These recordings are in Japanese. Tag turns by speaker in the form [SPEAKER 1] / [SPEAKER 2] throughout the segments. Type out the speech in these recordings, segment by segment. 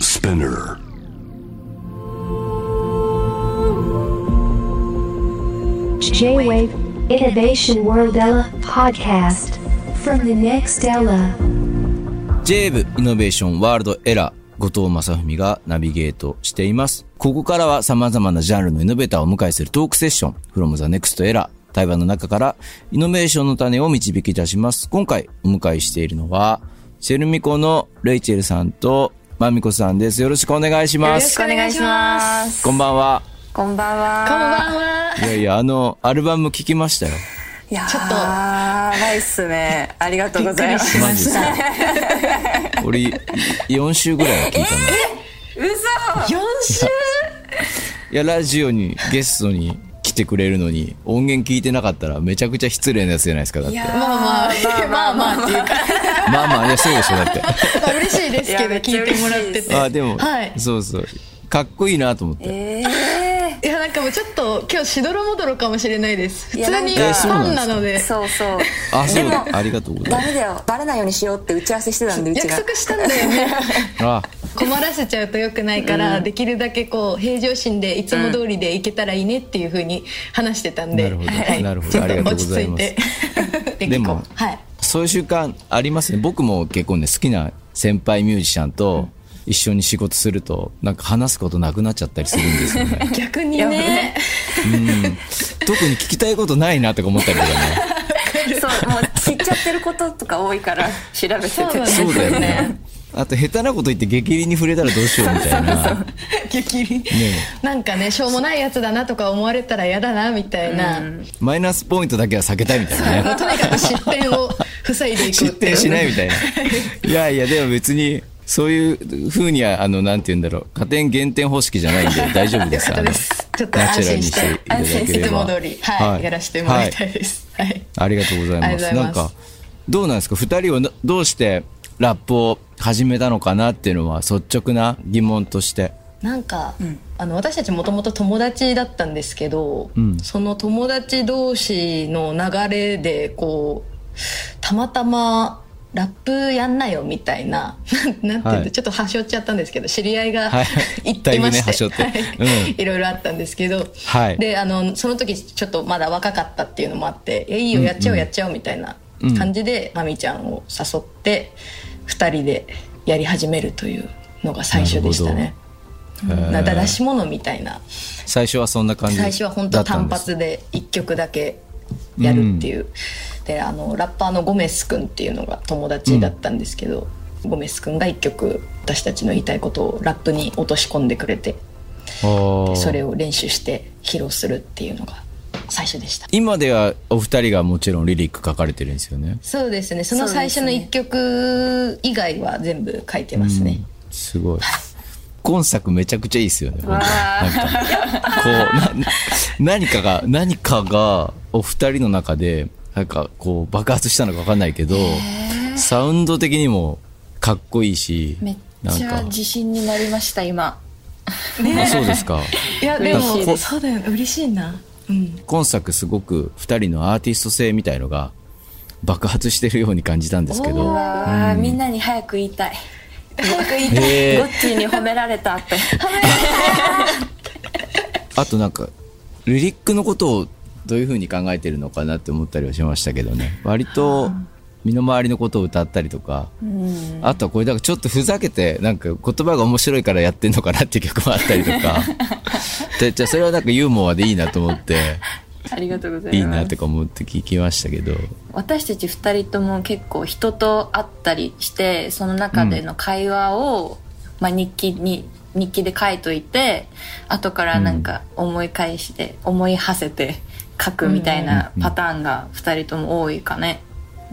[SPEAKER 1] Spinner.
[SPEAKER 2] ジ J-Wave Innovation World Ella Podcast from the next Ella
[SPEAKER 3] j w イノベーションワールドエラー、後藤正文がナビゲートしています。ここからは様々なジャンルのイノベーターをお迎えするトークセッション、from the next era 対話の中からイノベーションの種を導き出します。今回お迎えしているのは、シェルミコのレイチェルさんとマミコさんです。よろしくお願いしま
[SPEAKER 4] よろし
[SPEAKER 3] す。
[SPEAKER 4] くお願いします。
[SPEAKER 3] こんばんは。
[SPEAKER 4] こんばんは。こんばんは。
[SPEAKER 3] いやいや、あの、アルバム聞きましたよ。
[SPEAKER 4] いやちょっと。やばいっすね。ありがとうございます。
[SPEAKER 3] マジで。俺、い4週ぐらいは聞いたの。
[SPEAKER 4] 4週
[SPEAKER 3] いや、ラジオに、ゲストに来てくれるのに、音源聞いてなかったらめちゃくちゃ失礼なやつじゃないですか、だって。
[SPEAKER 4] まあまあ、まあまあっていうか。
[SPEAKER 3] まあまあ、いや、そうでしょ、だ って。
[SPEAKER 5] まあ嬉しいですけ
[SPEAKER 4] いや
[SPEAKER 5] ど
[SPEAKER 4] めっちゃ
[SPEAKER 5] 聞いてもらって
[SPEAKER 4] 嬉
[SPEAKER 5] て
[SPEAKER 3] あ、でも、
[SPEAKER 5] はい
[SPEAKER 3] そうそう。かっこいいなと思って。
[SPEAKER 4] え
[SPEAKER 5] いやなんかもうちょっと今日しどろもどろかもしれないです
[SPEAKER 4] い
[SPEAKER 5] 普
[SPEAKER 4] や
[SPEAKER 5] 通にフ
[SPEAKER 4] なんか
[SPEAKER 5] ァンなの
[SPEAKER 4] え
[SPEAKER 5] で
[SPEAKER 4] そうそう。
[SPEAKER 3] あ、そう
[SPEAKER 4] でも
[SPEAKER 3] ありがとうござ
[SPEAKER 4] ダ
[SPEAKER 3] い
[SPEAKER 4] メだよ。バレないようにしようって打ち合わせしてたんで、うち
[SPEAKER 5] 約
[SPEAKER 4] が。
[SPEAKER 5] 束したんだよね
[SPEAKER 3] ます。あ、
[SPEAKER 5] 困らせちゃうと良くないから、できるだけこう平常心でいつも通りでいけたらいいねっていうふうに話してたんで、
[SPEAKER 3] なるほど
[SPEAKER 5] はい
[SPEAKER 3] なるほど
[SPEAKER 5] ちょっ
[SPEAKER 3] ありがとうご
[SPEAKER 5] 落ち
[SPEAKER 3] ざ
[SPEAKER 5] 着
[SPEAKER 3] い
[SPEAKER 5] い
[SPEAKER 3] ます
[SPEAKER 5] てで
[SPEAKER 3] でも
[SPEAKER 5] はい
[SPEAKER 3] そういう習慣ありますね。僕も結構ね、好きな先輩ミュージシャンと一緒に仕事すると、なんか話すことなくなっちゃったりするんですよね。
[SPEAKER 5] 逆に ね
[SPEAKER 3] 特に聞きたいことないなとか思ったりとかね。
[SPEAKER 4] そう、もう知っちゃってることとか多いから、調べてて。
[SPEAKER 5] そうなんで す
[SPEAKER 3] そうだよね。あと、下手なこと言って激励に触れたらどうしようみたいな。
[SPEAKER 5] 激励なんかねしょうもないやつだなとか思われたら嫌だなみたいな、
[SPEAKER 3] マイナスポイントだけは避けたいみたい なね。
[SPEAKER 5] もうとにかく失点を防いでいく
[SPEAKER 3] 失
[SPEAKER 5] ってい
[SPEAKER 3] 点
[SPEAKER 5] う
[SPEAKER 3] しないみ たいな。いやいや、でも別に、そういう風には、あの、なんて言うんだろう、加点減点方式じゃないんで大丈夫 です。あ
[SPEAKER 5] そう
[SPEAKER 3] の
[SPEAKER 5] です。ちょっと
[SPEAKER 3] ナチ
[SPEAKER 5] 安
[SPEAKER 3] ュラルに
[SPEAKER 5] 心し
[SPEAKER 3] してい
[SPEAKER 5] て、
[SPEAKER 3] ただけれ
[SPEAKER 5] いつ
[SPEAKER 3] ば。
[SPEAKER 5] も通り、はい、やらせてもらいた
[SPEAKER 3] はい
[SPEAKER 5] です。はい。
[SPEAKER 3] ありがとうござい
[SPEAKER 5] あ
[SPEAKER 3] ま
[SPEAKER 5] り
[SPEAKER 3] す。
[SPEAKER 5] がとうござ
[SPEAKER 3] ないん
[SPEAKER 5] ます
[SPEAKER 3] か、どうなんですか二人はなどうしてラップを始めたのかなっていうのは率直な疑問として。
[SPEAKER 5] なんか、あの私たちもともと友達だったんですけど、
[SPEAKER 3] ん
[SPEAKER 5] その友達同士の流れでこうたまたまラップやんなよみたいな なんなんていうの、
[SPEAKER 3] はい
[SPEAKER 5] ちょっと端折っちゃったんですけど知り合いが、
[SPEAKER 3] はい
[SPEAKER 5] 行って
[SPEAKER 3] だいぶ
[SPEAKER 5] まして
[SPEAKER 3] ね端折って
[SPEAKER 5] はい
[SPEAKER 3] うん
[SPEAKER 5] いろいろあったんですけど、
[SPEAKER 3] はい
[SPEAKER 5] であのその時ちょっとまだ若かったっていうのもあって「いやいいよやっちゃおうやっちゃおう」みたいな感じで、まみちゃんを誘って2人でやり始めるというのが最初でした
[SPEAKER 3] なる
[SPEAKER 5] ね
[SPEAKER 3] ほ。
[SPEAKER 5] なだ出し物みたいな
[SPEAKER 3] 最初はそんな感じだったん
[SPEAKER 5] 最
[SPEAKER 3] です
[SPEAKER 5] 初は本当単発で1曲だけやるっていう、であのラッパーのゴメス君っていうのが友達だったんですけど、ゴメス君が1曲私たちの言いたいことをラップに落とし込んでくれて
[SPEAKER 3] あー
[SPEAKER 5] それを練習して披露するっていうのが最初でした
[SPEAKER 3] 今ではお二人がもちろんリリック書かれてるんですよね。
[SPEAKER 5] そうですねその最初の1曲以外は全部書いてますね
[SPEAKER 3] すごい。今作めちゃくちゃいいですよね。なんかこうな何かが何かがお二人の中でなんかこう爆発したのかわかんないけど、サウンド的にもかっこいいし、
[SPEAKER 6] めっち
[SPEAKER 3] なん
[SPEAKER 6] ゃ
[SPEAKER 3] か
[SPEAKER 6] 自信になりました今
[SPEAKER 3] あそうですか。
[SPEAKER 5] いやで
[SPEAKER 3] 嬉しいで
[SPEAKER 5] も
[SPEAKER 3] す
[SPEAKER 5] そうだよね嬉しいなうん
[SPEAKER 3] 今作すごく二人のアーティスト性みたいのが爆発してるように感じたんですけ
[SPEAKER 6] う
[SPEAKER 3] ど、
[SPEAKER 6] わーみんなに早く言いたい早く言い
[SPEAKER 3] へ
[SPEAKER 6] た
[SPEAKER 3] ー
[SPEAKER 6] いゴッチーに褒められ たって
[SPEAKER 3] あとなんかリリックのことをどういう風に考えてるのかなって思ったりはしましたけどね。割と身の回りのことを歌ったりとか。あとはこれだからちょっとふざけてなんか言葉が面白いからやってんのかなっていう曲もあったりと かでじゃあそれはなんかユーモアでいいなと思 って
[SPEAKER 6] ありがとうござ
[SPEAKER 3] い
[SPEAKER 6] い
[SPEAKER 3] い
[SPEAKER 6] ます
[SPEAKER 3] なとか思って聞きましたけど
[SPEAKER 6] 私たち2人とも結構人と会ったりしてその中での会話を、まあ、日記に日記で書いといて後からなんか思い返して、思い馳せて書くみたいなパターンが2人とも多いかね、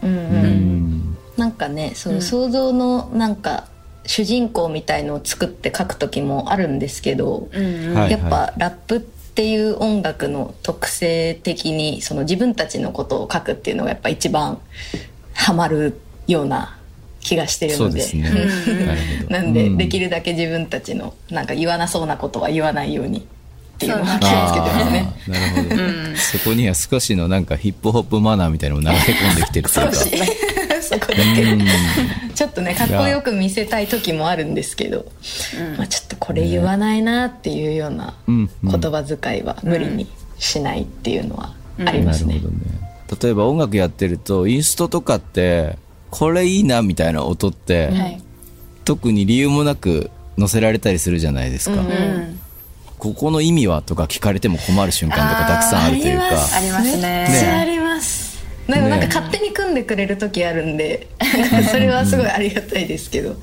[SPEAKER 5] うんうん
[SPEAKER 3] うん
[SPEAKER 5] なんかねその想像のなんか主人公みたいのを作って書く時もあるんですけど、
[SPEAKER 6] うん
[SPEAKER 3] はい
[SPEAKER 5] やっぱラップっていう音楽の特性的にその自分たちのことを書くっていうのがやっぱ一番ハマるような気がしてる
[SPEAKER 3] そう
[SPEAKER 5] の
[SPEAKER 3] で
[SPEAKER 5] です
[SPEAKER 3] ねなるほど
[SPEAKER 5] なんで、
[SPEAKER 3] うん
[SPEAKER 5] できるだけ自分たちのなんか言わなそうなことは言わないようにっていうのは気をつけてますね
[SPEAKER 3] あ。ーなるほど、そこには少し のなんかヒップホップマナーみたいなのも流れ込んできてるというか
[SPEAKER 5] 少しそこだけちちょっとねかっこよく見せたい時もあるんですけど、まあ、ちょっとこれ言わないなっていうような
[SPEAKER 3] うん
[SPEAKER 5] 言
[SPEAKER 3] うん
[SPEAKER 5] 葉遣いは無理にしないっていうのはありますね。
[SPEAKER 3] なるほどね例えば音楽やってるとインストとかってこれいいなみたいな音って、
[SPEAKER 6] はい
[SPEAKER 3] 特に理由もなく載せられたりするじゃないですか、
[SPEAKER 6] うん
[SPEAKER 3] ここの意味はとか聞かれても困る瞬間とかたくさんあるというか
[SPEAKER 6] ありますね
[SPEAKER 5] めっちゃあります。でもなんか勝手に組んでくれる時ある んで、それはすごいありがたいですけど、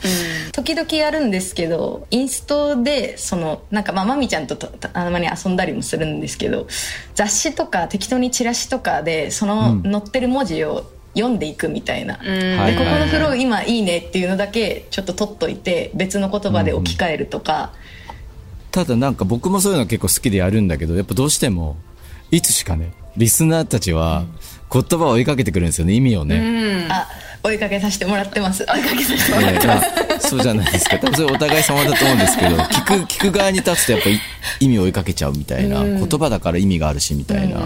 [SPEAKER 5] 時々やるんですけどインストでそのなんかまあまみちゃんととたまに遊んだりもするんですけど雑誌とか適当にチラシとかでその載ってる文字を読んでいくみたいな、
[SPEAKER 6] うん
[SPEAKER 3] は
[SPEAKER 5] で
[SPEAKER 3] い
[SPEAKER 5] ここのフロ
[SPEAKER 3] は
[SPEAKER 5] ー
[SPEAKER 3] い
[SPEAKER 5] 今いいねっていうのだけちょっと取っといて別の言葉で置き換えるとか、
[SPEAKER 3] ただなんか僕もそういうの結構好きでやるんだけどやっぱどうしてもいつしかねリスナーたちは言葉を追いかけてくるんですよね意味をね、
[SPEAKER 5] あ追いかけさせてもらってます追いかけさせて
[SPEAKER 3] ええまあそうじゃないですか多分それお互い様だと思うんですけど聞く聞く側に立つとやっぱり意味を追いかけちゃうみたいな、言葉だから意味があるしみたいな、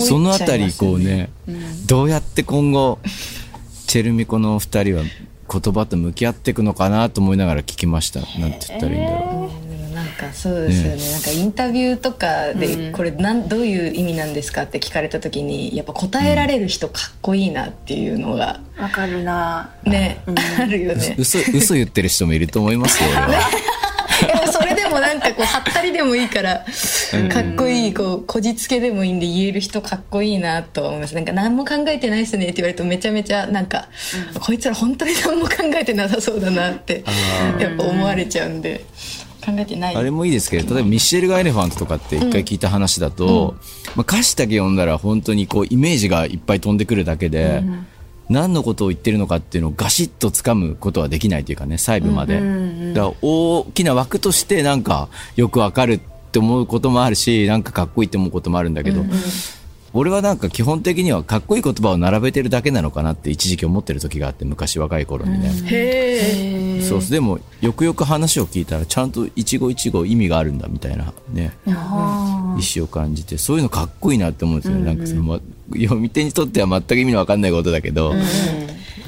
[SPEAKER 3] そのあたりこうね、どうやって今後チェルミコのお二人は言葉と向き合っていくのかなと思いながら聞きましたなんて言ったらいいんだろ
[SPEAKER 5] なんかそうですよね、なんかインタビューとかでこれなんどういう意味なんですかって聞かれた時にやっぱ答えられる人かっこいいなっていうのが
[SPEAKER 6] わかるな
[SPEAKER 5] ね、あるよ
[SPEAKER 3] う、
[SPEAKER 5] ね。
[SPEAKER 3] 嘘嘘言ってる人もいると思いますよ俺は
[SPEAKER 5] でもそれでもなんかこうはったりでもいいからかっこいいこうこじつけでもいいんで言える人かっこいいなとは思いますなんか何も考えてないですねって言われるとめちゃめちゃなんか、こいつら本当に何も考えてなさそうだなってやっぱ思われちゃうんで考えてない
[SPEAKER 3] あれもいいですけど例えばミシェルガ・エレファントとかって一回聞いた話だと、まあ、歌詞だけ読んだら本当にこうイメージがいっぱい飛んでくるだけで、何のことを言ってるのかっていうのをガシッと掴むことはできないというかね細部まで、だから大きな枠としてなんかよくわかるって思うこともあるしなんかかっこいいって思うこともあるんだけど、俺はなんか基本的にはかっこいい言葉を並べてるだけなのかなって一時期思ってる時があって昔若い頃にね。
[SPEAKER 5] へえ
[SPEAKER 3] そうそうでもよくよく話を聞いたらちゃんと一期一会意味があるんだみたいなね
[SPEAKER 6] あ
[SPEAKER 3] 意思を感じてそういうのかっこいいなって思うんですよね、なんかそのま読み手にとっては全く意味の分かんないことだけど、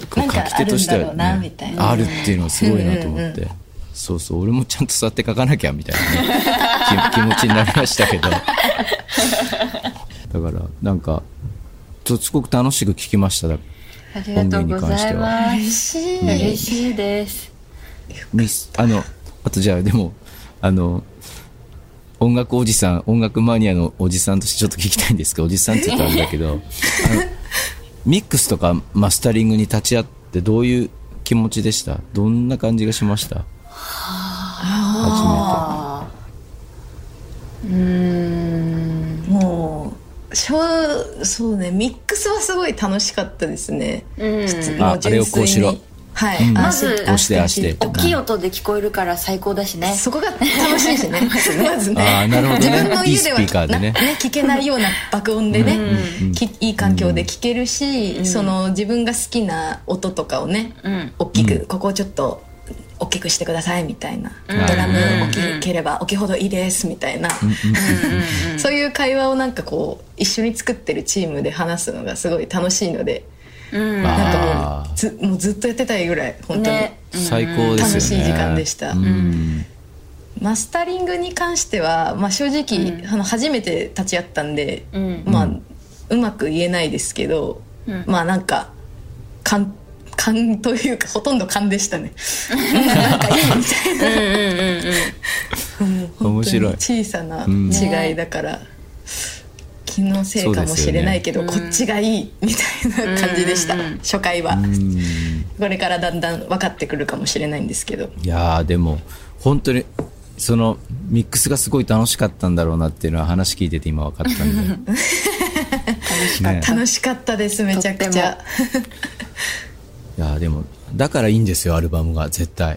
[SPEAKER 3] こ
[SPEAKER 5] なん
[SPEAKER 3] う
[SPEAKER 5] か
[SPEAKER 3] 書き手として
[SPEAKER 5] ある
[SPEAKER 3] は、
[SPEAKER 5] んだろうなみ
[SPEAKER 3] ね
[SPEAKER 5] たい、な
[SPEAKER 3] あるっていうのはすごいなと思って、そうそう俺もちゃんと座って書かなきゃみたいな、ね、 気気持ちになりましたけどだからなんかとすごく楽しく聞きましただ
[SPEAKER 6] ありがとうございます
[SPEAKER 5] 嬉しい
[SPEAKER 6] 嬉しいです
[SPEAKER 3] ミスあのあとじゃあでもあの音楽おじさん音楽マニアのおじさんとしてちょっと聞きたいんですけどおじさんって言ったらあれだけ どあのミックスとかマスタリングに立ち会ってどういう気持ちでしたどんな感じがしました初
[SPEAKER 5] もうしょうそうねミックスはすごい楽しかったですね、普通
[SPEAKER 3] あ
[SPEAKER 5] もう純粋に
[SPEAKER 3] あれをこうしろ
[SPEAKER 5] はい、
[SPEAKER 3] ん
[SPEAKER 5] あ
[SPEAKER 6] まず
[SPEAKER 5] し
[SPEAKER 3] こうして
[SPEAKER 5] あして
[SPEAKER 3] あしてと
[SPEAKER 5] と
[SPEAKER 6] 大
[SPEAKER 5] か
[SPEAKER 6] きい音で聞こえめてるから最高だしね
[SPEAKER 5] そこが楽しいしね まずね
[SPEAKER 3] あーなるほどね
[SPEAKER 5] 自分の家ではい
[SPEAKER 3] いスピーカーでね
[SPEAKER 5] な聞けないような爆音でね、きいい環境で聞けるし、その自分が好きな音とかをね、大きく、ここをちょっと大きくしてくださいみたいな、
[SPEAKER 3] ん
[SPEAKER 5] ドラム大きければ大きいほどいいですみたいな、そういう会話をなんかこう一緒に作ってるチームで話すのがすごい楽しいので
[SPEAKER 3] めてあ
[SPEAKER 5] も
[SPEAKER 3] あ
[SPEAKER 5] うずもうずっとやってたいぐらい本当に。
[SPEAKER 6] ね
[SPEAKER 3] 最高ですよね
[SPEAKER 5] 楽しい時間でした
[SPEAKER 3] うん
[SPEAKER 5] マスタリングに関しては、まあ、正直、あの初めて立ち会ったんで、
[SPEAKER 6] ん
[SPEAKER 5] まあ、うまく言えないですけど、まあなんか勘勘というかほとんど勘でしたねなんかいいみたいな本当に
[SPEAKER 3] 面白い
[SPEAKER 5] 小さな違いだから、気のせいかもしれないけど、こっちがいいみたいな感じでした、初回は、これからだんだん分かってくるかもしれないんですけど
[SPEAKER 3] いやーでも本当にそのミックスがすごい楽しかったんだろうなっていうのは話聞いてて今分かった んで楽しかった、ね
[SPEAKER 5] 楽しかったですめちゃくちゃ。
[SPEAKER 3] いやーでもだからいいんですよアルバムが絶 対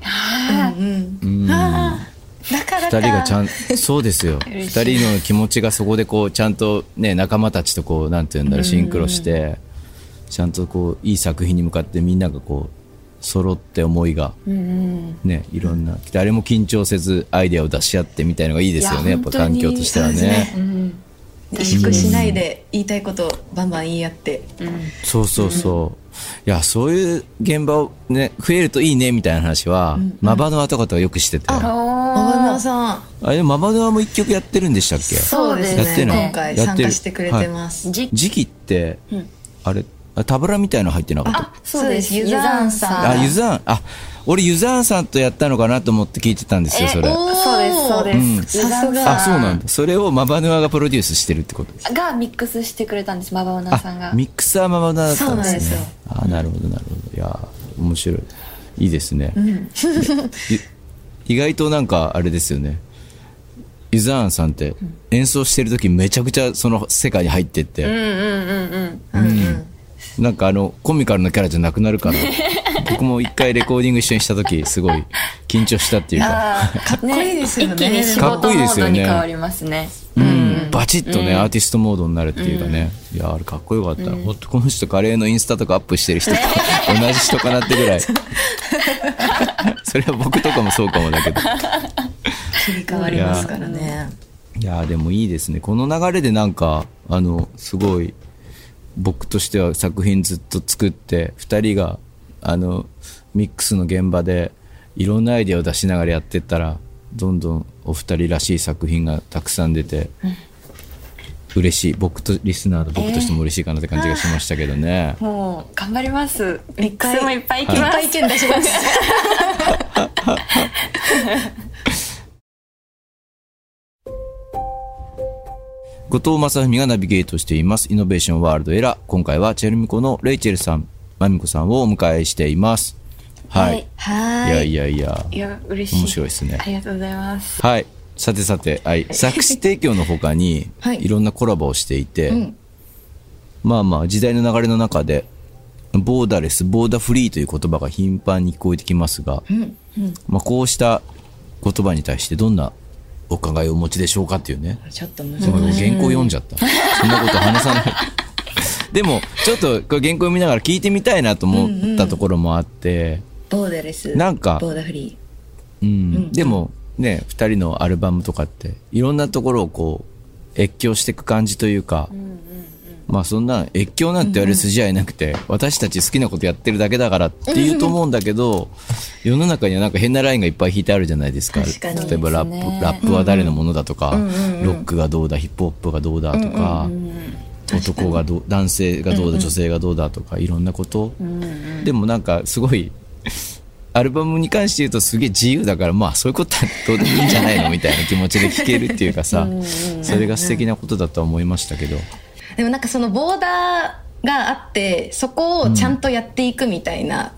[SPEAKER 5] だからか
[SPEAKER 3] 二人がち ゃんそうですよ二人の気持ちがそこでこうちゃんとね仲間たちとこうなんて言うんだろうシンクロしてちゃんとこういい作品に向かってみんながこう揃って思いがねいろんな誰も緊張せずアイデアを出し合ってみたいのがいいですよねやっぱ環境としてはね
[SPEAKER 5] 萎縮しないで言いたいことバンバン言い合って
[SPEAKER 3] そうそうそう。いや、そういう現場をね、増えるといいね、みたいな話は、マバドアとかとはよくしてて。あ
[SPEAKER 5] マバナオさん
[SPEAKER 3] れ、マバドアも一曲やってるんでしたっけ
[SPEAKER 5] そうです
[SPEAKER 3] やって
[SPEAKER 5] ね
[SPEAKER 3] るの
[SPEAKER 5] 今回
[SPEAKER 3] やってる
[SPEAKER 5] 参加してくれてます、
[SPEAKER 6] じ
[SPEAKER 3] 時期って、あれ、あタブラみたいの入ってなかった
[SPEAKER 6] そうです
[SPEAKER 5] ユザーンさん
[SPEAKER 3] あ、ユザーン、あ、俺ユザーンさんとやったのかなと思って聞いてたんですよ、それ。
[SPEAKER 5] おー
[SPEAKER 6] そうですそうです、
[SPEAKER 5] うん
[SPEAKER 6] ユザーン
[SPEAKER 5] さ
[SPEAKER 3] あ、そうなんだ。それをマバドアがプロデュースしてるってことですか。
[SPEAKER 6] がミックスしてくれたんですマバオナさんが
[SPEAKER 3] あ、ミックスはマバドアだったんですね。
[SPEAKER 5] そうなんで
[SPEAKER 3] あ、なるほど、なるほど。いやー、面白い。いい ですね。い意外となんか、あれですよね。ユザーンさんって演奏してる時めちゃくちゃその世界に入ってって、なんかあのコミカルなキャラじゃなくなるから僕も一回レコーディング一緒にした時すごい緊張したっていう か、
[SPEAKER 5] かっこいいですよね
[SPEAKER 6] 一気に仕
[SPEAKER 3] かっこ
[SPEAKER 6] 事
[SPEAKER 3] いい
[SPEAKER 6] モ
[SPEAKER 3] です
[SPEAKER 6] ー
[SPEAKER 3] よ
[SPEAKER 6] ド
[SPEAKER 3] ね
[SPEAKER 6] に変わりますね
[SPEAKER 3] うん、バチッとね、アーティストモードになるっていうかね、いやあれかっこよかった、ほんとこの人カレーのインスタとかアップしてる人と同じ人かなってぐ らいそれは僕とかもそうかもだけど
[SPEAKER 5] 切り替わりますからね
[SPEAKER 3] いやーでもいいですねこの流れでなんかあのすごい僕としては作品ずっと作って2人があのミックスの現場でいろんなアイデアを出しながらやってったらどんどんお二人らしい作品がたくさん出て、嬉しい僕とリスナーと僕としても嬉しいかなって感じがしましたけどね、
[SPEAKER 6] もう頑張りますミック
[SPEAKER 5] 回
[SPEAKER 6] スもいっぱい行きます、
[SPEAKER 5] いっぱい意見出します
[SPEAKER 3] 後藤正文がナビゲートしていますイノベーションワールドエラ今回はチェルミコのレイチェルさんマミコさんをお迎えしていますはい、
[SPEAKER 5] はい
[SPEAKER 3] いやいやいや
[SPEAKER 6] いや嬉しい
[SPEAKER 3] 面白いですね
[SPEAKER 6] ありがとうございます
[SPEAKER 3] はい。さてさて、はい、作詞提供の他に、
[SPEAKER 5] はい
[SPEAKER 3] い、ろんなコラボをしていて、まあまあ時代の流れの中で、ボーダレス、ボーダフリーという言葉が頻繁に聞こえてきますが、まあこうした言葉に対してどんなお考えをお持ちでしょうかっていうね。
[SPEAKER 5] ちょっと難
[SPEAKER 3] すごい原稿読んじゃった。そんなこと話さない。 でも、ちょっとこれ原稿読みながら聞いてみたいなと思ったところもあって、
[SPEAKER 5] ボーダレス
[SPEAKER 3] なんか
[SPEAKER 5] ボーダフリ
[SPEAKER 3] うん、でもね2人のアルバムとかっていろんなところをこう越境していく感じというか、まあそんな越境なんて言われる筋合いなくて、私たち好きなことやってるだけだからっていうと思うんだけど、世の中にはなんか変なラインがいっぱい引いてあるじゃないですか
[SPEAKER 5] 確かに
[SPEAKER 3] 例えばラップ、
[SPEAKER 6] ね
[SPEAKER 3] ラップは誰のものだとか、ロックがどうだヒップホップがどうだとか。男がどう男性がどうだ、女性がどうだとかいろんなこと、でもなんかすごいアルバムに関して言うとすげえ自由だからまあそういうことはどうでもいいんじゃないのみたいな気持ちで聴けるっていうかさそれが素敵なことだとは思いましたけど
[SPEAKER 5] ーでもなんかそのボーダーがあってそこをちゃんとやっていくみたいな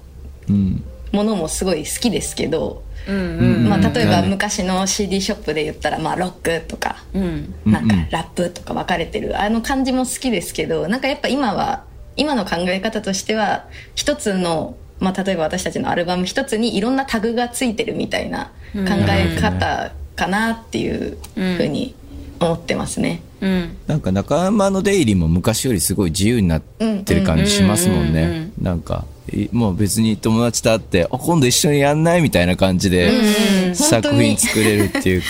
[SPEAKER 3] うん
[SPEAKER 5] ものもすごい好きですけど、
[SPEAKER 3] うん
[SPEAKER 5] まあ、例えば
[SPEAKER 3] うん
[SPEAKER 5] 昔の CD ショップで言ったら、まあ、ロックとか、
[SPEAKER 6] うん
[SPEAKER 5] なんか
[SPEAKER 3] うんうん
[SPEAKER 5] ラップとか分かれてるあの感じも好きですけどなんかやっぱ今は今の考え方としては一つの、まあ、例えば私たちのアルバム一つにいろんなタグがついてるみたいな考え方かなっていうふうに思ってますね。
[SPEAKER 6] うん
[SPEAKER 3] なんか仲間の出入りも昔よりすごい自由になってる感じしますもん
[SPEAKER 6] うんうんうん
[SPEAKER 3] ねなんかいもう別に友達と会ってあ今度一緒にやんないみたいな感じで作品作れるっていうか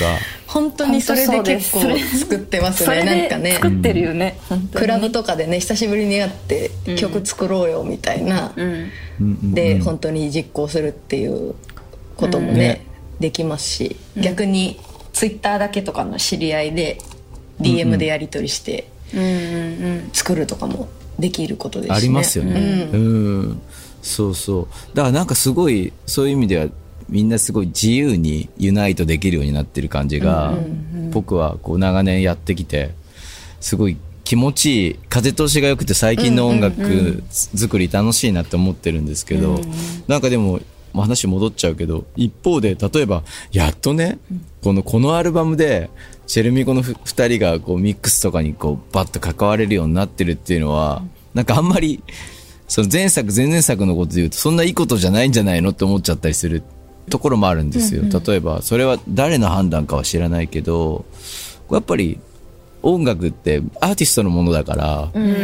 [SPEAKER 5] 本当にそれで結構
[SPEAKER 6] 本当そうで
[SPEAKER 5] 作ってます
[SPEAKER 6] そ
[SPEAKER 5] ね
[SPEAKER 6] れ
[SPEAKER 5] なんか
[SPEAKER 6] で
[SPEAKER 5] ね
[SPEAKER 6] 作ってるよね、本当に
[SPEAKER 5] クラブとかでね久しぶりに会って曲作ろうよみたいな、
[SPEAKER 6] うん
[SPEAKER 5] で本当に実行するっていうこともね、できますし、逆にツイッターだけとかの知り合いで DM でやり取りして
[SPEAKER 6] うんうんうん
[SPEAKER 5] 作るとかもできることですし、ね、
[SPEAKER 3] ありますよね。うん、そうそう。だからなんかすごい、そういう意味では、みんなすごい自由にユナイトできるようになってる感じが、僕はこう長年やってきて、すごい気持ちいい、風通しが良くて最近の音楽作り楽しいなって思ってるんですけど、なんかでも、まあ話戻っちゃうけど、一方で、例えば、やっとね、この、このアルバムで、チェルミコのふ二人がこうミックスとかにこうバッと関われるようになってるっていうのは、なんかあんまり、その前作前々作のことで言うとそんないいことじゃないんじゃないのって思っちゃったりするところもあるんですよ。例えば、それは誰の判断かは知らないけど、やっぱり音楽ってアーティストのものだから、
[SPEAKER 4] うん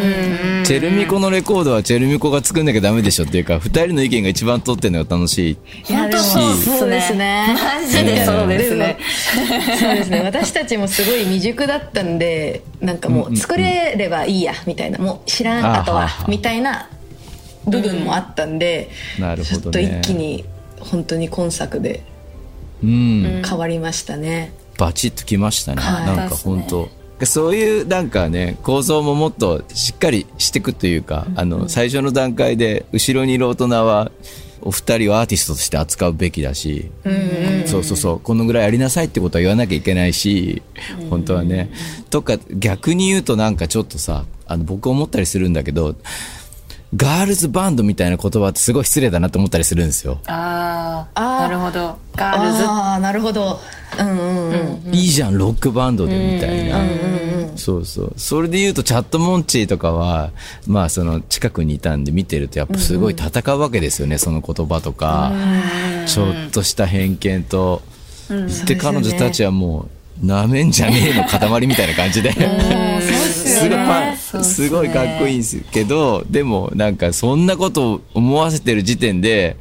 [SPEAKER 3] チェルミコのレコードはチェルミコが作んなきゃダメでしょっていうか、二人の意見が一番通ってるのが楽しい。
[SPEAKER 5] 本当そうそうですね。
[SPEAKER 6] マジでそうですね。
[SPEAKER 5] そうですね。私たちもすごい未熟だったんで、なんかもう作れればいいやみたいな、もう知らん
[SPEAKER 3] あー
[SPEAKER 5] あとは
[SPEAKER 3] はーはー
[SPEAKER 5] みたいな部分もあったんで、
[SPEAKER 3] なる
[SPEAKER 5] ち
[SPEAKER 3] ほ
[SPEAKER 5] ょっ
[SPEAKER 3] ど
[SPEAKER 5] と
[SPEAKER 3] ね。
[SPEAKER 5] 一気。に本当に今作で
[SPEAKER 3] うん。
[SPEAKER 5] 変わりましたね。
[SPEAKER 3] バチッときましたね。
[SPEAKER 5] はい
[SPEAKER 3] なんか本当。そういうなんかね、構造ももっとしっかりしていくというか、あの、最初の段階で、後ろにいる大人は、お二人をアーティストとして扱うべきだし、そうそうそう、このぐらいやりなさいってことは言わなきゃいけないし、本当はね。とか、逆に言うとなんかちょっとさ、あの、僕思ったりするんだけど、ガールズバンドみたいな言葉ってすごい失礼だなと思ったりするんですよ。
[SPEAKER 6] ああ、
[SPEAKER 5] あー
[SPEAKER 6] なるほど。ガールズ。
[SPEAKER 5] ああなるほど。うんうんうん。
[SPEAKER 3] いいじゃん、ロックバンドで、みたいな。そうそう。それで言うと、チャットモンチーとかは、まあ、その、近くにいたんで見てると、やっぱすごい戦うわけですよね、その言葉とか、ちょっとした偏見と。で、彼女たちはもう、なめんじゃねえの塊みたいな感じで。すごい、
[SPEAKER 6] そうっすね
[SPEAKER 3] すごいかっこいいんですけど、でもなんかそんなことを思わせてる時点で、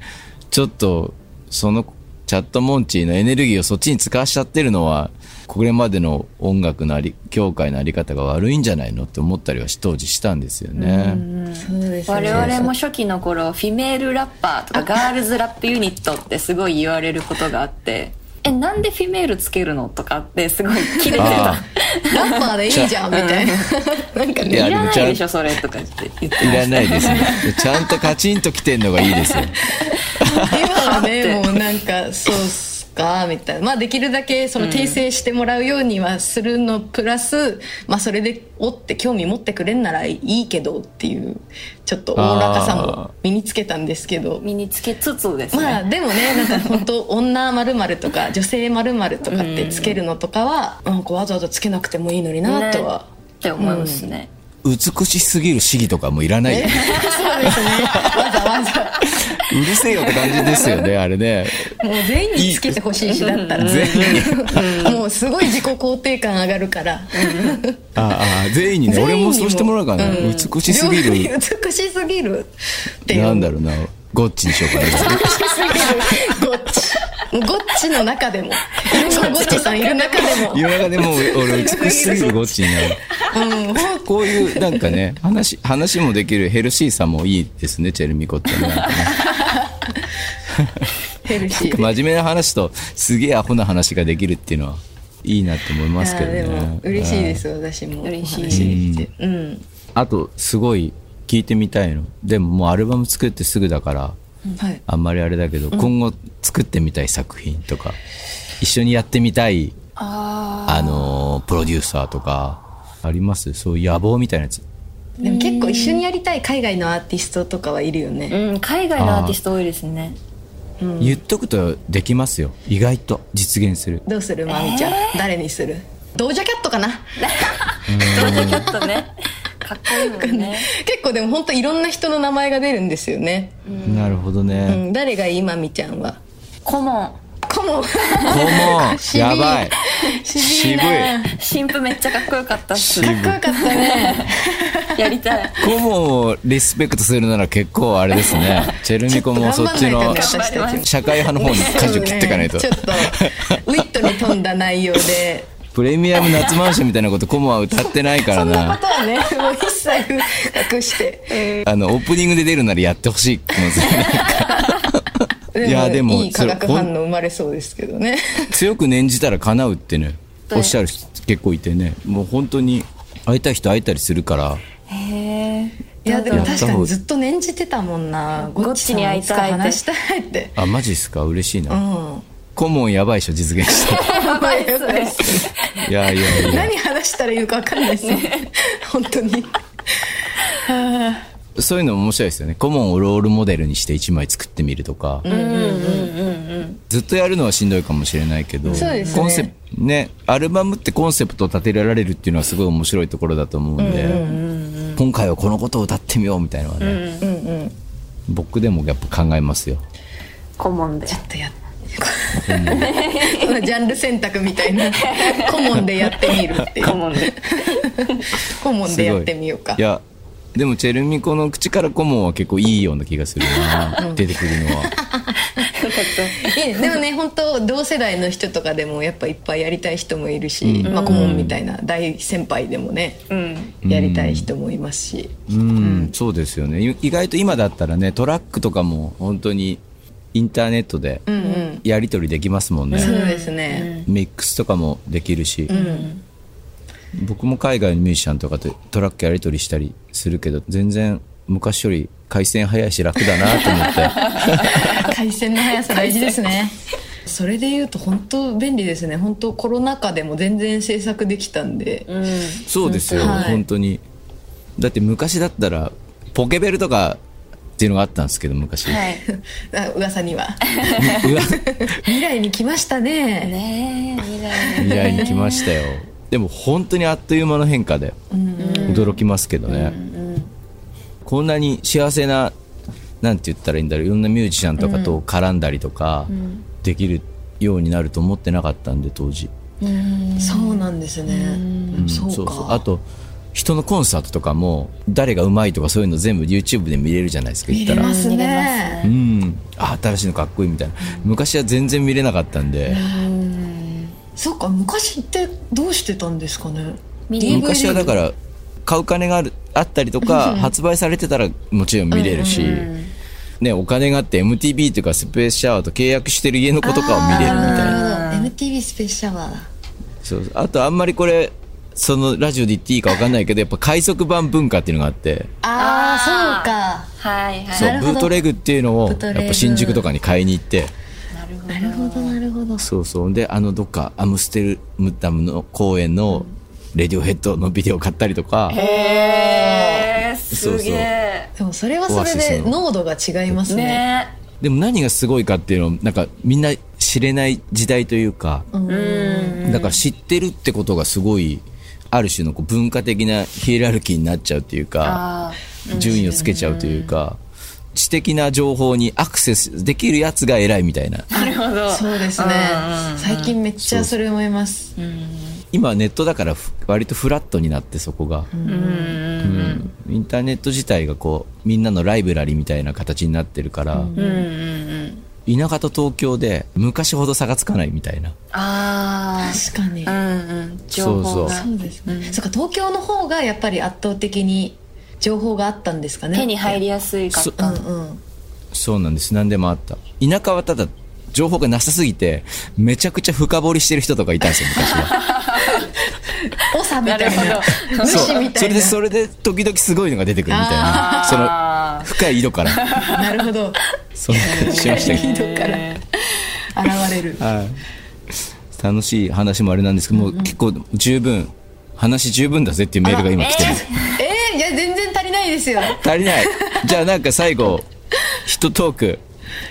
[SPEAKER 3] ちょっとそのチャットモンチーのエネルギーをそっちに使わしちゃってるのは、これまでの音楽のあり、協会のあり方が悪いんじゃないのって思ったりはし当時したんですよね。
[SPEAKER 5] そうですね
[SPEAKER 6] 我々も初期の頃フィメールラッパーとかガールズラップユニットってすごい言われることがあって えなんでフィメールつけるのとかってすごいキレてた
[SPEAKER 3] あ
[SPEAKER 5] ラッパーでいいじゃんみたいな。なんか
[SPEAKER 3] い
[SPEAKER 5] ね。
[SPEAKER 3] や
[SPEAKER 6] い
[SPEAKER 3] で
[SPEAKER 6] ら
[SPEAKER 3] も
[SPEAKER 6] な
[SPEAKER 3] ちゃ
[SPEAKER 6] い
[SPEAKER 3] ん
[SPEAKER 6] でしょそれとかって言って
[SPEAKER 3] いらないですね。ちゃんとカチンと来てんのがいいですよ。
[SPEAKER 5] 今はねもうなんかそうっすかみたいなまあできるだけその訂正してもらうようにはするのプラス、まあそれでおって興味持ってくれんならいいけどっていうちょっとおおらかさも身につけたんですけど
[SPEAKER 6] 身につけつつですね、
[SPEAKER 5] まあでもねなんか本当女まるまるとか女性まるまるとかってつけるのとかはなんかわざわざつけなくてもいいのになとは、
[SPEAKER 6] って思いますね、
[SPEAKER 3] 美しすぎる市議とかもいらないよね。
[SPEAKER 5] そうですねわざわざ
[SPEAKER 3] うるせえよって感じですよね、あれね。
[SPEAKER 5] もう全員につけてほしいしだったら
[SPEAKER 3] 全員
[SPEAKER 5] もうすごい自己肯定感上がるから
[SPEAKER 3] ああ、全員にね、俺もそうしてもらおうかな。美しすぎ
[SPEAKER 5] 両
[SPEAKER 3] る
[SPEAKER 5] 方に美しすぎるっていう
[SPEAKER 3] なんだろうな、ゴッチにしようか な。
[SPEAKER 5] 美しすぎるゴッチゴッチの中でもいろんなゴッチさんいる中でも
[SPEAKER 3] 夜中でもう俺美しすぎるゴッチになる。
[SPEAKER 5] うんほん
[SPEAKER 3] こういうなんかね、話、話もできるヘルシーさもいいですね、チェルミコってね。なんか ね
[SPEAKER 5] ヘルシー
[SPEAKER 3] 真面目な話とすげえアホな話ができるっていうのは、いいなって思いますけど
[SPEAKER 5] あーで
[SPEAKER 3] ね
[SPEAKER 5] も。嬉しいです私も
[SPEAKER 6] 嬉しい
[SPEAKER 5] お話できてうん
[SPEAKER 3] あと、すごい聞いてみたいの。でももうアルバム作ってすぐだから、
[SPEAKER 5] はい
[SPEAKER 3] あんまりあれだけど、今後作ってみたい作品とか、一緒にやってみたい、あのー、プロデューサーとか、ありますそういう野望みたいなやつ。
[SPEAKER 5] でも結構一緒にやりたい海外のアーティストとかはいるよね
[SPEAKER 6] うん、海外のアーティスト多いですね
[SPEAKER 3] 言っとくとできますよ。意外と実現する。
[SPEAKER 5] どうするまみちゃん誰にするドージャキャットかな
[SPEAKER 6] ドージャキャットねかっこいいもんね
[SPEAKER 5] 結構でも本当いろんな人の名前が出るんですよね
[SPEAKER 3] なるほど
[SPEAKER 5] う
[SPEAKER 3] ね。
[SPEAKER 5] ん誰がいいまみちゃんは
[SPEAKER 6] 顧問
[SPEAKER 5] コ モ
[SPEAKER 3] 顧 問
[SPEAKER 5] 渋い
[SPEAKER 3] やばい
[SPEAKER 5] 渋いな
[SPEAKER 6] 新婦めっちゃかっこよかったっす
[SPEAKER 3] 渋い
[SPEAKER 5] かっこよかったね
[SPEAKER 6] やりたい
[SPEAKER 3] 顧問をリスペクトするなら結構あれです ね。チェルミコもそっちの
[SPEAKER 5] 頑張んないとね私たちも
[SPEAKER 3] 社会派の方に舵を切っていかないと。
[SPEAKER 5] ちょっとウィットに富んだ内容で
[SPEAKER 3] プレミアム夏マンションみたいなこと顧問は歌ってないから
[SPEAKER 5] そんな
[SPEAKER 3] な
[SPEAKER 5] こ。とはねもう一切隠して
[SPEAKER 3] あの、オープニングで出るならやってほしいって思うんですよねいやでも
[SPEAKER 5] いい化学
[SPEAKER 3] それ
[SPEAKER 5] 反応生まれそうですけどね
[SPEAKER 3] 強く念じたら叶うってね、おっしゃる人結構いてね、もう本当に会いたい人会えたりするから、
[SPEAKER 6] へえ
[SPEAKER 5] いやでも
[SPEAKER 3] やった
[SPEAKER 5] 確
[SPEAKER 3] 方
[SPEAKER 5] か
[SPEAKER 3] が
[SPEAKER 5] にずっと念じてたもんな
[SPEAKER 6] ゴッチに会いたいって
[SPEAKER 5] ゴッチさんと話したいって
[SPEAKER 3] あ、マジっすか嬉しいな。
[SPEAKER 5] うん
[SPEAKER 3] 顧問やばいっしょ、実現 した。
[SPEAKER 5] やばいですね
[SPEAKER 3] いやいやいや。
[SPEAKER 5] 何話したらいいのか分かんないですね本当に
[SPEAKER 3] そういうのも面白いですよね。顧問をロールモデルにして1枚作ってみるとか。ずっとやるのはしんどいかもしれないけど、
[SPEAKER 5] そうですね
[SPEAKER 3] コンセプね、アルバムってコンセプトを立てられるっていうのはすごい面白いところだと思うんで、今回はこのことを歌ってみようみたいなのはね、僕でもやっぱ考えますよ。
[SPEAKER 6] 顧問で
[SPEAKER 5] ちょっとやっ
[SPEAKER 3] ほんまに
[SPEAKER 5] ジャンル選択みたいな顧問でやってみるっていう顧問で やってみようか
[SPEAKER 3] いやでもチェルミコの口から顧問は結構いいような気がするな、出てくるのは
[SPEAKER 5] えでもね本当同世代の人とかでもやっぱいっぱいやりたい人もいるし、まあ、顧問みたいな大先輩でもね、やりたい人もいますし、
[SPEAKER 3] うん、そうですよねい意外と今だったらねトラックとかも本当にインターネットでやり取りできますもんね、
[SPEAKER 5] そうですね、
[SPEAKER 3] ミックスとかもできるし、僕も海外のミュージシャンとかとトラックやり取りしたりするけど全然昔より回線早いし楽だなと思って
[SPEAKER 5] 回線の速さ大事ですねそれで言うと本当便利ですね本当コロナ禍でも全然制作できたんで、
[SPEAKER 3] そうですよ、
[SPEAKER 5] はい
[SPEAKER 3] 本当にだって昔だったらポケベルとかっていうのがあったんですけど昔、
[SPEAKER 6] はい。
[SPEAKER 5] あ 噂には
[SPEAKER 3] うわ
[SPEAKER 5] 未来に来ましたね
[SPEAKER 6] ねえ、未来
[SPEAKER 3] 未来に来ましたよでも本当にあっという間の変化で驚きますけどね、こんなに幸せななんて言ったらいいんだろういろんなミュージシャンとかと絡んだりとかできるようになると思ってなかったんで当時、
[SPEAKER 5] そうなんですね、
[SPEAKER 3] ん
[SPEAKER 5] そうか
[SPEAKER 3] あと人のコンサートとかも誰がうまいとかそういうの全部 YouTube で見れるじゃないですか言ったら
[SPEAKER 5] ますね
[SPEAKER 3] うん、あ新しいのかっこいいみたいな昔は全然見れなかったんで、
[SPEAKER 5] そうか昔ってどうしてたんですかね
[SPEAKER 6] 見
[SPEAKER 5] DVD
[SPEAKER 3] 昔はだから買う金があるあったりとか発売されてたらもちろん見れるし、ね、お金があって MTV とかスペースシャワーと契約してる家の子とかを見れるみたいな
[SPEAKER 5] なるほど MTV スペースシャワーだ
[SPEAKER 3] そうあとあんまりこれそのラジオで言っていいか分かんないけどやっぱ海賊版文化っていうのがあって
[SPEAKER 5] ああ
[SPEAKER 6] はいは
[SPEAKER 3] そう
[SPEAKER 5] なるほ
[SPEAKER 3] ブ
[SPEAKER 5] ど
[SPEAKER 3] ートレグっていうのを
[SPEAKER 5] ブ
[SPEAKER 3] や
[SPEAKER 5] ートレ
[SPEAKER 3] っ
[SPEAKER 5] グ
[SPEAKER 3] ぱ新宿とかに買いに行って。
[SPEAKER 6] い。なるほ
[SPEAKER 5] そうかなるほどなるほど
[SPEAKER 3] そうそう。で、あの、どっか、アムステルダムの公園の、レディオヘッドのビデオ買ったりとか、
[SPEAKER 6] ど。へえ、すげえ。
[SPEAKER 5] でもそれはそれ
[SPEAKER 3] オアシス
[SPEAKER 5] で
[SPEAKER 3] の
[SPEAKER 5] 濃度が違いますね
[SPEAKER 6] ね
[SPEAKER 3] でも何がすごいかっていうのを、なんか、みんな知れない時代というか、だから知ってるってことがすごい、ある種のこう文化的なヒエラルキーになっちゃうっていうか、順位をつけちゃうというか、知的な情報にアクセスできるやつが偉いみたいな。
[SPEAKER 6] なるほど。
[SPEAKER 5] そうですね最近めっちゃそれ思います
[SPEAKER 3] 今はネットだからふ割とフラットになってそこが、うんインターネット自体がこうみんなのライブラリみたいな形になってるから、田舎と東京で昔ほど差がつかないみたいな
[SPEAKER 6] あ
[SPEAKER 5] 確かに
[SPEAKER 6] あ。うんうん。情
[SPEAKER 3] そ
[SPEAKER 6] 報が
[SPEAKER 3] う
[SPEAKER 5] そうですねそっか東京の方がやっぱり圧倒的に情報があったんですかね
[SPEAKER 6] 手に入りやすいかった。
[SPEAKER 5] うんうん
[SPEAKER 3] そうなんです何でもあった田舎はただ情報がなさすぎてめちゃくちゃ深掘りしてる人とかいたんですよ昔は
[SPEAKER 5] おさみたい
[SPEAKER 6] なる
[SPEAKER 5] な
[SPEAKER 3] そ
[SPEAKER 5] 主
[SPEAKER 3] う
[SPEAKER 5] み
[SPEAKER 3] そ
[SPEAKER 5] た
[SPEAKER 3] れ
[SPEAKER 5] い
[SPEAKER 3] で
[SPEAKER 5] な
[SPEAKER 3] それで時々すごいのが出てくるみたいなその
[SPEAKER 6] あ
[SPEAKER 3] 深い井戸から
[SPEAKER 5] なるほど
[SPEAKER 3] そんな感じし ましたけど
[SPEAKER 5] 井戸から現れる
[SPEAKER 3] 楽しい話もあれなんですけど、もう結構十分、話十分だぜっていうメールが今来てます。
[SPEAKER 5] えー、いや全然足りないですよ
[SPEAKER 3] 足りない。じゃあなんか最後、一トーク、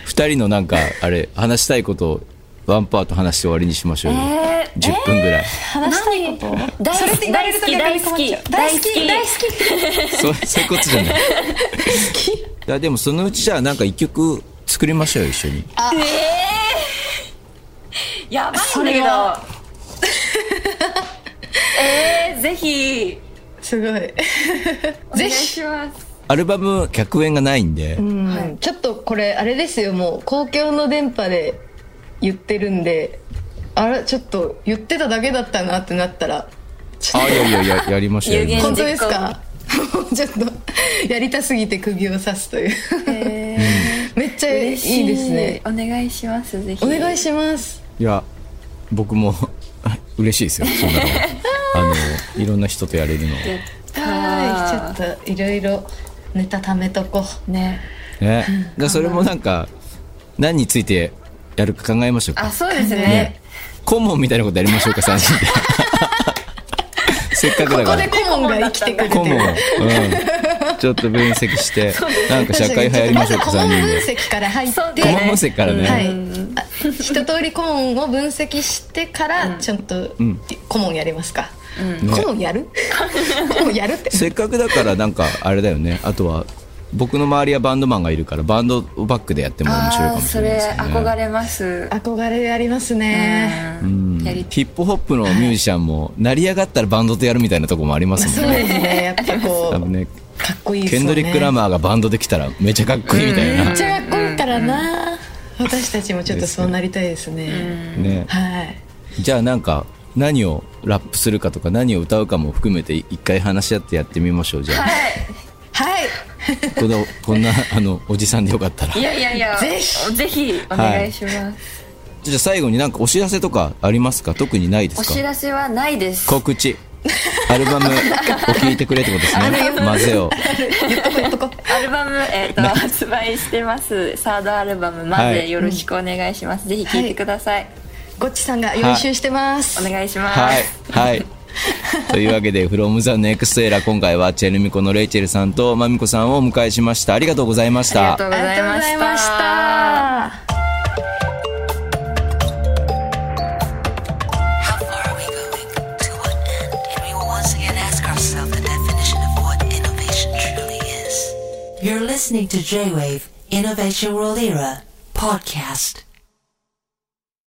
[SPEAKER 3] 二人のなんか、あれ、話したいことをワンパート話して終わりにしましょうよ。
[SPEAKER 6] えー
[SPEAKER 3] 10分ぐらい。
[SPEAKER 6] 話したいこと大好き大好き大好き大好き大好
[SPEAKER 3] そうそういうことじゃない。いやでもそのうちじゃあなんか一曲作りましょうよ、一緒に。
[SPEAKER 6] きやばいんだけど えー、ぜひ
[SPEAKER 5] す ごい
[SPEAKER 6] お願いします
[SPEAKER 3] アルバム、客演がないんで、
[SPEAKER 5] はいちょっとこれあれですよもう公共の電波で言ってるんであらちょっと言ってただけだったなってなったら
[SPEAKER 3] あ、いやいやいや、やりましょうよ。
[SPEAKER 6] 有言
[SPEAKER 3] やりましょう
[SPEAKER 5] 本当ですかちょっとやりたすぎて釘を刺すという めっちゃいい
[SPEAKER 6] 嬉し
[SPEAKER 5] ですね
[SPEAKER 6] お願いしますぜひ
[SPEAKER 5] お願い
[SPEAKER 6] し
[SPEAKER 5] します
[SPEAKER 3] いや僕も 嬉しいですよそんなのあのいろんな人とやれるのね
[SPEAKER 5] はいちょっといろいろネタ貯めとこう
[SPEAKER 6] ね
[SPEAKER 3] だからそれもなんか何についてやるか考えましょう
[SPEAKER 6] あ
[SPEAKER 3] か
[SPEAKER 6] そうですね
[SPEAKER 3] ね顧問みたいなことやりましょうか3人 でせっかくだ
[SPEAKER 5] ここ
[SPEAKER 3] か
[SPEAKER 5] で
[SPEAKER 3] ら
[SPEAKER 5] 顧問が生きてくるって
[SPEAKER 3] 顧問、
[SPEAKER 5] いう
[SPEAKER 3] うん、ちょっと分析してなんか社会派やりましょうか
[SPEAKER 5] 確
[SPEAKER 3] 3
[SPEAKER 5] かに
[SPEAKER 3] 人で
[SPEAKER 5] ちょっとまず顧問分析から入って
[SPEAKER 6] そうだ
[SPEAKER 3] 顧
[SPEAKER 6] ね
[SPEAKER 3] 問分析からね、
[SPEAKER 5] はい、あ一通り顧問を分析してからちょっと顧問やりますか、 顧問やる顧問やるっ て
[SPEAKER 3] せっかくだからなんかあれだよねあとは僕の周りはバンドマンがいるからバンドをバックでやっても面白いか
[SPEAKER 6] あ
[SPEAKER 3] も
[SPEAKER 6] あ
[SPEAKER 3] し
[SPEAKER 6] そ
[SPEAKER 3] れない
[SPEAKER 6] れ
[SPEAKER 3] ですね
[SPEAKER 6] 憧れます
[SPEAKER 5] 憧れありますね。
[SPEAKER 6] う
[SPEAKER 3] うんん
[SPEAKER 6] やり
[SPEAKER 3] ヒップホップのミュージシャンも成り上がったらバンドとやるみたいなとこもあります
[SPEAKER 5] そう
[SPEAKER 3] もんね
[SPEAKER 5] ですね。やっぱ
[SPEAKER 3] 多
[SPEAKER 5] こ
[SPEAKER 3] 分ね
[SPEAKER 5] う、かっこいいです
[SPEAKER 3] ケ
[SPEAKER 5] よ
[SPEAKER 3] ン
[SPEAKER 5] ね。
[SPEAKER 3] ドリック・ラマーがバンドできたらめちゃかっこいいみたい
[SPEAKER 5] め
[SPEAKER 3] な
[SPEAKER 5] っちゃかっこいいからな。私たちもちょっとそうなりたいですね。
[SPEAKER 3] ね
[SPEAKER 5] はい。
[SPEAKER 3] じゃあなんか何をラップするかとか何を歌うかも含めて一回話し合ってやってみましょうじゃあ、
[SPEAKER 5] はい。
[SPEAKER 3] このこんなあのおじさんでよかったら
[SPEAKER 6] いやいやいや
[SPEAKER 5] ぜひ
[SPEAKER 6] ぜひお願いします、
[SPEAKER 3] じゃあ最後になんかお知らせとかありますか特にないで
[SPEAKER 6] お
[SPEAKER 3] す
[SPEAKER 6] 知
[SPEAKER 3] から
[SPEAKER 6] せはないです
[SPEAKER 3] 告知アルバムを聴いてくれってことですね混ぜを
[SPEAKER 6] アルバム、え ー、と発売してますサードアルバムま
[SPEAKER 3] は
[SPEAKER 6] で
[SPEAKER 3] い
[SPEAKER 6] よろしくお願いします、ぜひ聴いてください、
[SPEAKER 5] ゴッチさんが予習してます。
[SPEAKER 6] お願いします、
[SPEAKER 3] はいはいというわけで「from the next era」今回はチェルミコのレイチェルさんとマミコさんをお迎えしましたありがとうございました
[SPEAKER 6] ありがとうご
[SPEAKER 5] あり
[SPEAKER 6] ざい
[SPEAKER 5] がとう
[SPEAKER 6] ま
[SPEAKER 5] ござい
[SPEAKER 6] し
[SPEAKER 5] ましたた。
[SPEAKER 1] How far are we going? To what end? And we will once again ask ourselves the definition of what innovation truly is. You're listening to J-Wave Innovation World Era podcast.